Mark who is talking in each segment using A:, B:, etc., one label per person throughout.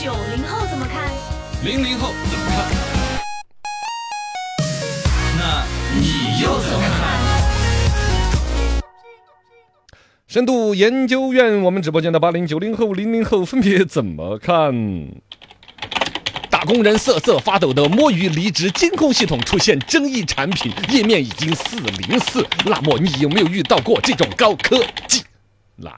A: 九零后怎么看？
B: 零零后怎么看？那你又怎么看？
C: 深度研究院，我们直播间的八零、九零后、零零后分别怎么看？
D: 打工人瑟瑟发抖的摸鱼离职监控系统出现争议产品，页面已经四零四。那么你有没有遇到过这种高科技？来。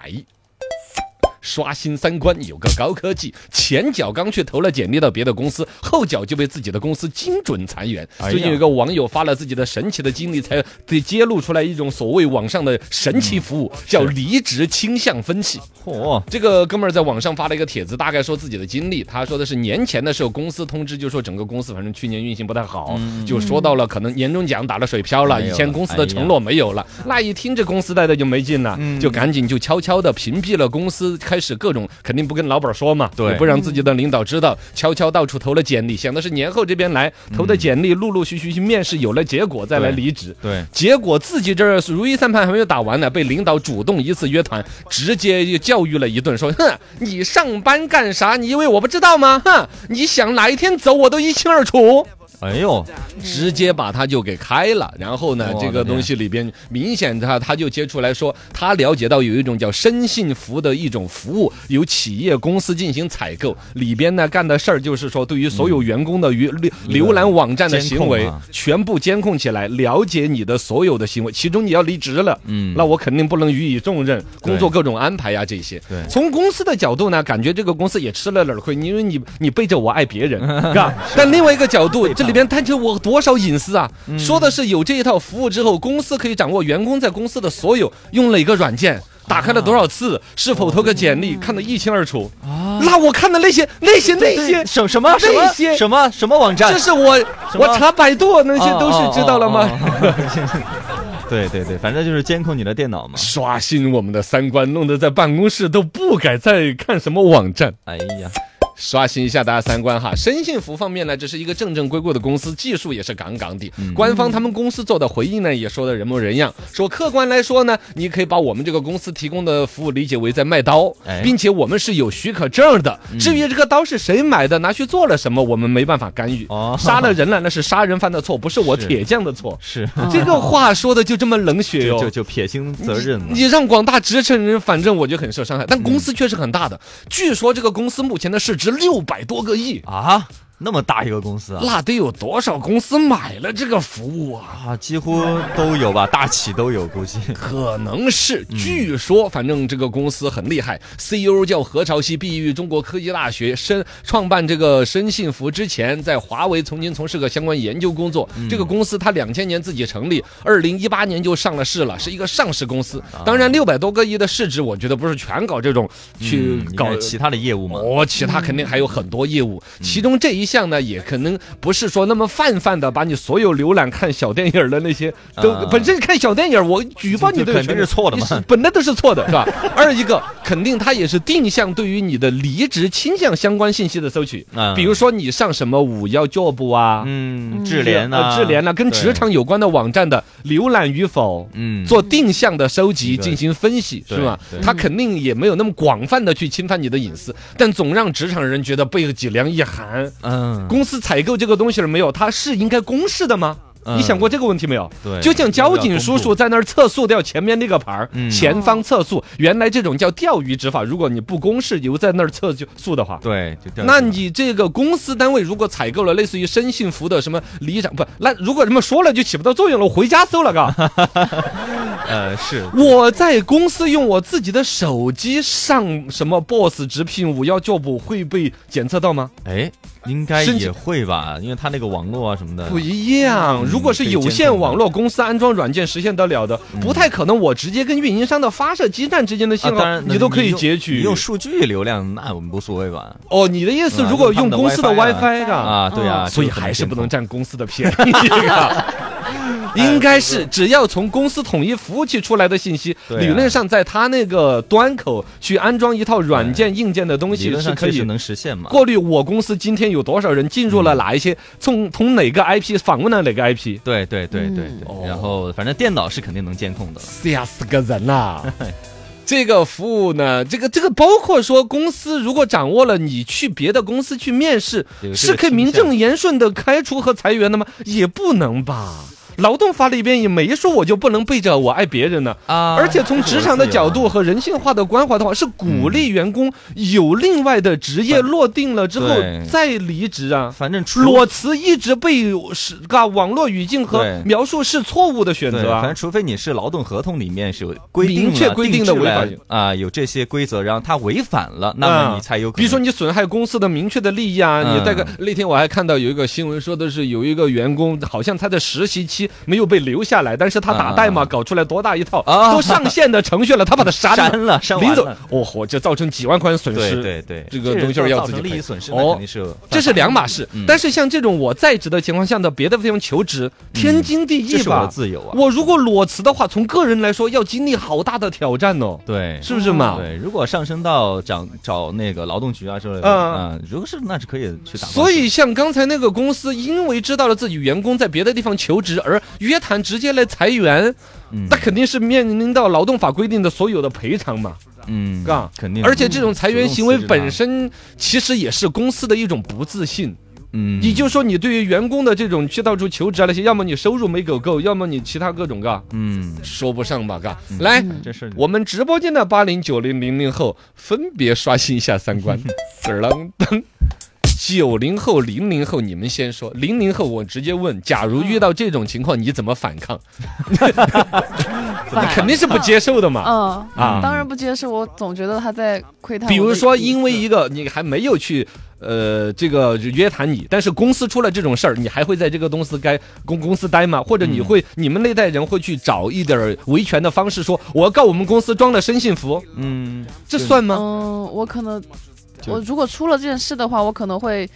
D: 刷新三观，有个高科技，前脚刚去投了简历到别的公司，后脚就被自己的公司精准裁员。
C: 呀
D: 最近有一个网友发了自己的神奇的经历，才得揭露出来一种所谓网上的神奇服务，叫离职倾向分析。
C: 嚯、
D: 这个哥们儿在网上发了一个帖子，大概说自己的经历。他说的是年前的时候，公司通知就说整个公司反正去年运行不太好，就说到了可能年终奖打了水漂了，
C: 嗯没有
D: 以前
C: 了
D: 公司
C: 哎
D: 的
C: 呀
D: 承诺没有了。那一听这公司待的就没劲了，
C: 嗯
D: 就赶紧就悄悄的屏蔽了公司，开始各种肯定不跟老板说嘛，
C: 对
D: 也不让自己的领导知道，悄悄到处投了简历，想的是年后这边来投的简历，陆陆续续去面试，有了结果再来
C: 对
D: 离职。
C: 对，
D: 结果自己这儿如意算盘还没有打完呢，被领导主动一次约谈，直接就教育了一顿，说：“哼，你上班干啥？你以为我不知道吗？哼，你想哪一天走我都一清二楚。”
C: 哎呦，
D: 直接把他就给开了。然后呢，
C: 我的
D: 这个东西里边明显他他就接触来说，他了解到有一种叫深信服的一种服务，由企业公司进行采购，里边呢干的事儿就是说，对于所有员工的与浏浏览网站的
C: 嗯
D: 行
C: 监
D: 为
C: 控啊，
D: 全部监控起来，了解你的所有的行为，其中你要离职了，
C: 嗯
D: 那我肯定不能予以重任，工作各种安排呀、这些。
C: 对
D: 从公司的角度呢，感觉这个公司也吃了点儿亏，因为你你背着我爱别人，是 吧？但另外一个角度，这里边探究我多少隐私啊？
C: 嗯
D: 说的是有这一套服务之后，公司可以掌握员工在公司的所有用哪个软件。打开了多少
C: 啊
D: 次？是否投个简
C: 哦
D: 历看得一清二楚？那我看的那些、那些、那些
C: 什什么什
D: 那
C: 么
D: 些
C: 什么什么网站
D: 这？是我
C: 什么哦
D: 我查百度那些都是知道了吗？
C: 对对对，反正就是监控你的电脑嘛。
D: 刷新我们的三观，弄得在办公室都不敢再看什么网站。
C: 哎呀，
D: 刷新一下大家三观哈。深信服方面呢，这是一个正正规规的公司，技术也是杠杠的。官方他们公司做的回应呢，也说的人模人样。说客观来说呢，你可以把我们这个公司提供的服务理解为在卖刀
C: 哎，
D: 并且我们是有许可证的。至于这个刀是谁买的，拿去做了什么，我们没办法干预
C: 哦。
D: 杀了人了，那是杀人犯的错，不是我
C: 是
D: 铁匠的 错。
C: 是
D: 这个话说的就这么冷血哟、
C: 就就就撇清责任了
D: 你。让广大职场人，反正我就很受伤害。但公司确实很大的，据说这个公司目前的市值六百多个亿，
C: 啊，那么大一个公司啊，
D: 那得有多少公司买了这个服务啊？
C: 啊，几乎都有吧，大企都有，估计。
D: 可能是，
C: 嗯
D: 据说，反正这个公司很厉害，CEO 叫何朝熙，毕业于中国科技大学，深创办这个深信服之前，在华为曾经从事个相关研究工作。
C: 嗯
D: 这个公司它两千年自己成立，二零一八年就上了市了，是一个上市公司。
C: 啊
D: 当然，六百多个亿的市值，我觉得不是全搞这种去
C: 嗯应
D: 搞
C: 该其他的业务嘛。嗯
D: 哦，其他肯定还有很多业务，其中这一项呢，也可能不是说那么泛泛的，把你所有浏览看小电影儿的那些都
C: 啊
D: 本身看小电影儿，我举报你
C: 这
D: 都
C: 肯定是错的嘛，
D: 你本来都是 错的，是吧？二一个肯定它也是定向对于你的离职倾向相关信息的搜取
C: 嗯，
D: 比如说你上什么五幺 job 啊，
C: 嗯，智联呐，
D: 呃智联呐，跟职场有关的网站的浏览与否，
C: 嗯
D: 做定向的收集
C: 对
D: 进行分析，
C: 对
D: 是吧
C: 对？
D: 他肯定也没有那么广泛的去侵犯你的隐私，但总让职场人觉得背脊梁一寒。
C: 嗯，
D: 公司采购这个东西了没有？它是应该公示的吗？
C: 嗯
D: 你想过这个问题没有？
C: 对
D: 就像交警叔叔在那儿测速掉前面那个牌儿，
C: 嗯
D: 前方测速，原来这种叫钓鱼执法。如果你不公示留在那儿测就速的话，
C: 对，就掉
D: 那你这个公司单位如果采购了类似于深信服的什么里长不，那如果这么说了就起不到作用了，我回家搜了嘎。
C: 呃是
D: 我在公司用我自己的手机上什么 Boss 直聘五幺 job 会被检测到吗？
C: 哎，应该
D: 申
C: 也
D: 请
C: 会吧，因为他那个网络啊什么的，
D: 不一样，如果是有线网络公司安装软件实现得了的，不太可能我直接跟运营商的发射基站之间的
C: 啊
D: 信号、
C: 当然
D: 你都可以
C: 用
D: 截
C: 你
D: 取。
C: 用数据流量那我们无所谓吧？
D: 哦，你的意思
C: 啊
D: 如果
C: 用
D: 用
C: 他们的
D: 公司的
C: WiFi 啊
D: WiFi 嘎
C: 啊，对啊，
D: 哦所以
C: 这个很
D: 还是不能
C: 健
D: 占公司的便宜 啊。应该是只要从公司统一服务器出来的信息，
C: 对啊
D: 理论上在它那个端口去安装一套软件硬件的东
C: 康理
D: 西
C: 论
D: 是
C: 上
D: 可
C: 确实
D: 以。
C: 能实嗯现嘛？
D: 过滤我公司今天有多少人进入了哪一些，从从哪个 IP 访问了哪个 IP，
C: 对对对对对，
D: 嗯
C: 然后反正电脑是肯定能监控的了。
D: 吓死个人啦！ 这个服务呢，这个这个包括说公司如果掌握了你去别的公司去面试，
C: 这个
D: 是可以名正言顺的开除和裁员的吗？也不能吧。劳动法里边也没说我就不能背着我爱别人呢
C: 啊
D: 而且从职场的角
C: 这是我自由
D: 度和人性化的关怀的话，是鼓励员工有另外的职业落定了之后
C: 嗯对
D: 再离职啊。
C: 反正除
D: 裸辞一直被是噶网络语境和
C: 对
D: 描述是错误的选
C: 对，
D: 择
C: 反
D: 啊
C: 正。除非你是劳动合同里面是有规定了
D: 明确规定的
C: 定制了
D: 违
C: 啊，有这些规则，然后他违反了，那么你才有可能。
D: 啊比如说你损害公司的明确的利益啊，
C: 嗯
D: 你带个那天我还看到有一个新闻说的是有一个员工好像他的实习期没有被留下来，但是他打代码搞出来多大一套，
C: 啊
D: 都上线的程序了，他把它删了，
C: 删了删完
D: 临走
C: 了，
D: 哦嚯，这造成几万块钱损
C: 对
D: 失，
C: 对对，
D: 这个东西儿要
C: 造
D: 自己
C: 成
D: 赔
C: 利益损失，那
D: 哦
C: 肯定是有
D: 这是两码事
C: 嗯。
D: 但是像这种我在职的情况下的别的地方求职，天经地
C: 嗯这
D: 义
C: 是我
D: 吧？
C: 的自由啊。
D: 我如果裸辞的话，从个人来说要经历好大的挑战哦，
C: 对
D: 是不是嘛？
C: 对，如果上升到找找那个劳动局啊之类的，
D: 嗯
C: 嗯，如果是那是可以去打官司。
D: 所以，像刚才那个公司，因为知道了自己员工在别的地方求职而约谈直接来裁员，
C: 嗯
D: 那肯定是面临到劳动法规定的所有的赔偿嘛，
C: 嗯，
D: 嘎、
C: 肯定。
D: 而且这种裁员行为
C: 主动辞职啊
D: 本，身其实也是公司的一种不自信。
C: 嗯，
D: 也就是说，你对于员工的这种去到处求职啊那些，要么你收入没够够，要么你其他各嗯种嘎，
C: 嗯，
D: 说不上吧嘎。来，
C: 这事儿
D: 我们直播间的八零、九零、零零后分别刷新一下三 观。嘚儿啷当。九零后、零零后，你们先说。零零后，我直接问：假如遇到这种情况，你怎么 反抗？
A: 反
D: 肯定是不接受的嘛。
A: 嗯，
D: 啊
A: 当然不接受，我总觉得他在窥探我的
D: 比
A: 隐私。
D: 如说，因为一个你还没有去呃这个约谈你，但是公司出了这种事儿，你还会在这个公司该公公司待吗？或者你会、你们那代人会去找一点儿维权的方式说，我要告我们公司装了深信服，
C: 嗯，
D: 这算吗？
A: 嗯，我可能
C: 就
A: 我如果出了这件事的话，我可能会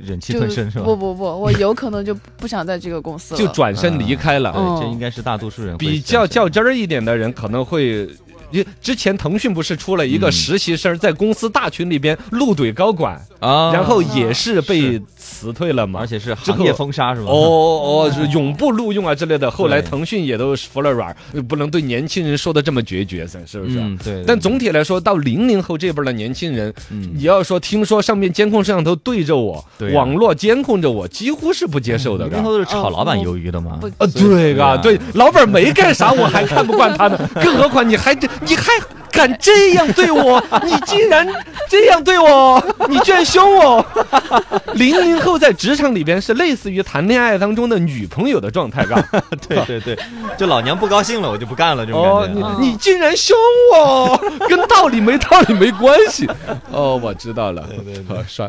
C: 忍气
A: 就
C: 吞声是吧？
A: 不不不，我有可能就不想在这个公司了。
D: 就转身离开了。
A: 嗯
C: 哎对，这应该是大多数人会
D: 比较
C: 这样
D: 较真儿一点的人可能会。因之前腾讯不是出了一个
C: 嗯
D: 实习生在公司大群里边怒怼高管，
C: 啊，
D: 然后也是被辞退了嘛
C: 而。且是
D: 之
C: 行
D: 后
C: 业封杀是吧？
D: 哦， 哦，是永不录用啊之类的。后来
C: 对
D: 腾讯也都服了软儿，呃不能对年轻人说的这么决绝，是不是？
C: 嗯，对。
D: 但
C: 对
D: 总体来说，到零零后这辈儿的年轻人，
C: 嗯
D: 你要说听说上面监控摄像头对着我，
C: 对啊嗯
D: 网络监控着我，几乎是不接受的。
C: 零
D: 嘎
C: 零后都是炒老板鱿鱼的嘛？
A: 哦不
D: 啊，对
C: 对啊
D: 啊，对，老板没干啥，我还看不惯他呢， 更何况你还这，你还敢这样对我，你竟然这样对我，你居然凶我！零零后在职场里边是类似于谈恋爱当中的女朋友的状态，嘎。
C: 对对对，就老娘不高兴了，我就不干了这种
D: 哦，
C: 感觉啊。
D: 你你竟然凶我，跟道理没道理没关系。哦，我知道了。
C: 对对对
D: 好，刷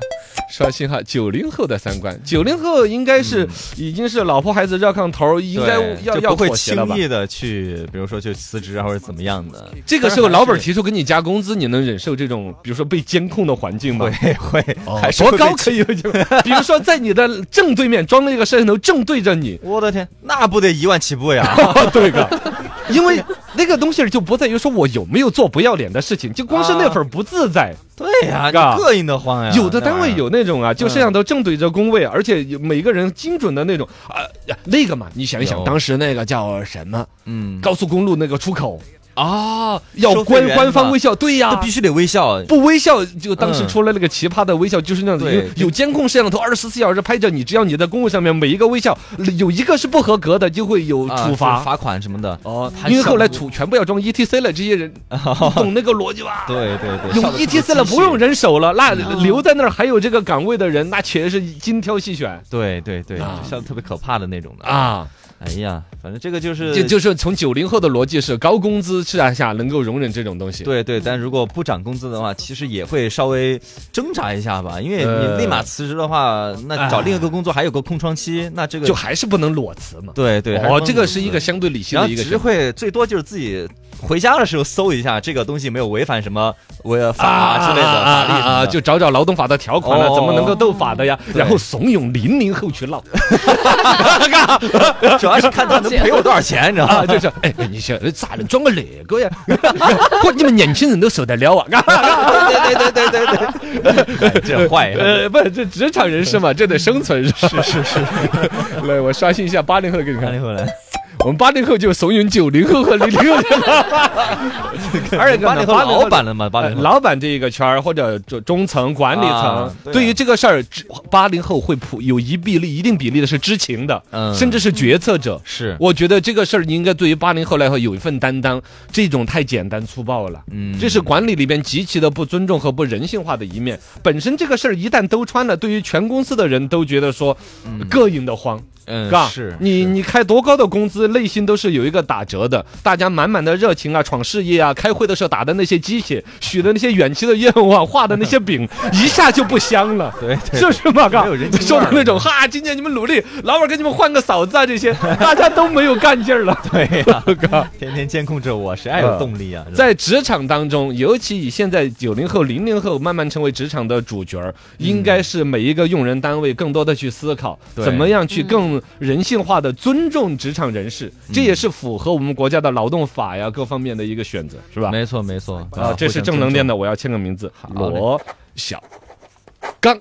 D: 刷新哈，九零后的三观，九零后应该是已经是老婆孩子热炕头，应该
C: 嗯对
D: 要
C: 就
D: 要
C: 不会
D: 妥协了吧
C: 轻？易的去，比如说去辞职啊或者怎么样的，
D: 这个时候，老板提出给你加工资，你能忍受这种，比如说被监控的环境吗？
C: 会会
D: 哦
C: 还是
D: 多
C: 会
D: 高
C: 被，
D: 可以有监控？比如说，在你的正对面装了一个摄像头，正对着你
C: 我的天，那不得一万起步 呀！
D: 哦，对个，因为那个东西儿就不在于说我有没有做不要脸的事情，就光是那份儿不自在。
C: 对呀，你
D: 嘎
C: 膈应得慌呀！
D: 有的
C: 那
D: 单位
C: 玩意儿
D: 有那种啊，就摄像头正对着工位，而且有每个人精准的那种啊，呀那个嘛，你想一想，
C: 有
D: 当时那个叫什么
C: 嗯
D: 高速公路那个出口，
C: 啊，
D: 要
C: 收费
D: 官
C: 员
D: 官
C: 嘛
D: 方微笑，对呀，
C: 那必须得微笑。
D: 不微笑，就当时
C: 嗯
D: 出来那个奇葩的微笑，就是那样子，
C: 对
D: 有有监控摄像头，二十四小时拍着你，只要你在公务上面每一个微笑，有一个是不合格的，就会有
C: 啊
D: 处罚。
C: 就罚款什么的，
D: 哦
C: 他
D: 因为
C: 笑
D: 后来
C: 不
D: 处全部要装 ETC 了，这些人懂那个逻辑吧？
C: 对对对，
D: 用
C: 笑得这么
D: ETC 了，
C: 机
D: 不用
C: 械，
D: 人手了，那
C: 嗯
D: 留在那儿还有这个岗位的人，那确实是精挑细选
C: 对对对，
D: 啊
C: 就笑得特别可怕的那种的。
D: 啊。
C: 哎呀，反正这个就是
D: 就就是从九零后的逻辑是高工资下下能够容忍这种东西。
C: 对对，但如果不涨工资的话，其实也会稍微挣扎一下吧，因为
D: 呃哎
C: 你立马辞职的话，那找另一个工作还有个空窗期，那这个
D: 就还是不能裸辞嘛。
C: 对对，还
D: 哦，
C: 不
D: 这个是一个相对理性
C: 然后
D: 的一
C: 只
D: 个
C: 是
D: 选择。
C: 会最多就是自己回家的时候搜一下这个东西没有违反什么违法啊之类的法律
D: 啊啊，就找找劳动法的条款了，啊
C: 哦
D: 怎么能够斗法的呀？
C: 对
D: 然后怂恿零零后 去闹
C: 就主要是看他能赔我多少钱，你知道
D: 啊，
C: 吗？
D: 就是哎，哎你想哎咋能装个那个呀？ 嚯，你们年轻人都受得了啊？
C: 对对对对对对，哎这坏呀！
D: 呃，不，这职场 人士嘛，这得生存是吧？是是是。来，我刷新一下八零后给你
C: 看
D: 看
C: 你。回来，
E: 我们八零后就怂恿九零后和零零 后。
D: 二个
C: 八
D: 呢
C: 零后
D: 八零
C: 老板了嘛，八
D: 呃
C: 零后
D: 老板这一个圈儿或者中中层管理层，
C: 啊
D: 对
C: 对
D: 于这个事儿，知八零后会普有一比例一定比例的是知情的，
C: 嗯
D: 甚至是决策者。
C: 是，
D: 我觉得这个事儿应该对于八零后来说有一份担当，这种太简单粗暴了。
C: 嗯
D: 这是管理里边极其的不尊重和不人性化的一面。本身这个事儿一旦都穿了，对于全公司的人都觉得说膈应的慌，
C: 嗯
D: 嘎。
C: 是
D: 你
C: 是
D: 你开多高的工资，内心都是有一个打折的。大家满满的热情啊，闯事业啊，开会的时候打的那些鸡血，许的那些远期的愿望，画的那 些饼，一下就不香了。
C: 对
D: 是不是嘛？嘎
C: 没有人情味儿
D: 说的那种哈，今年你们努力，老板给你们换个嫂子啊，这些大家都没有干劲儿了。
C: 对呀，天天监控着我，谁爱有
D: 嗯
C: 动力啊？是吧
D: 在职场当中，尤其以现在九零后、零零后慢慢成为职场的主角儿，应该是每一个用人单位更多的去思考，
C: 嗯对
D: 怎么样去更人性化的尊重职场人士，
C: 嗯
D: 这也是符合我们国家的劳动法呀各方面的一个选择，是吧？
C: 没错没错
D: 啊，这是正能量
C: 的。
D: 的，我要签个名字，
C: 嘞
D: 罗小刚。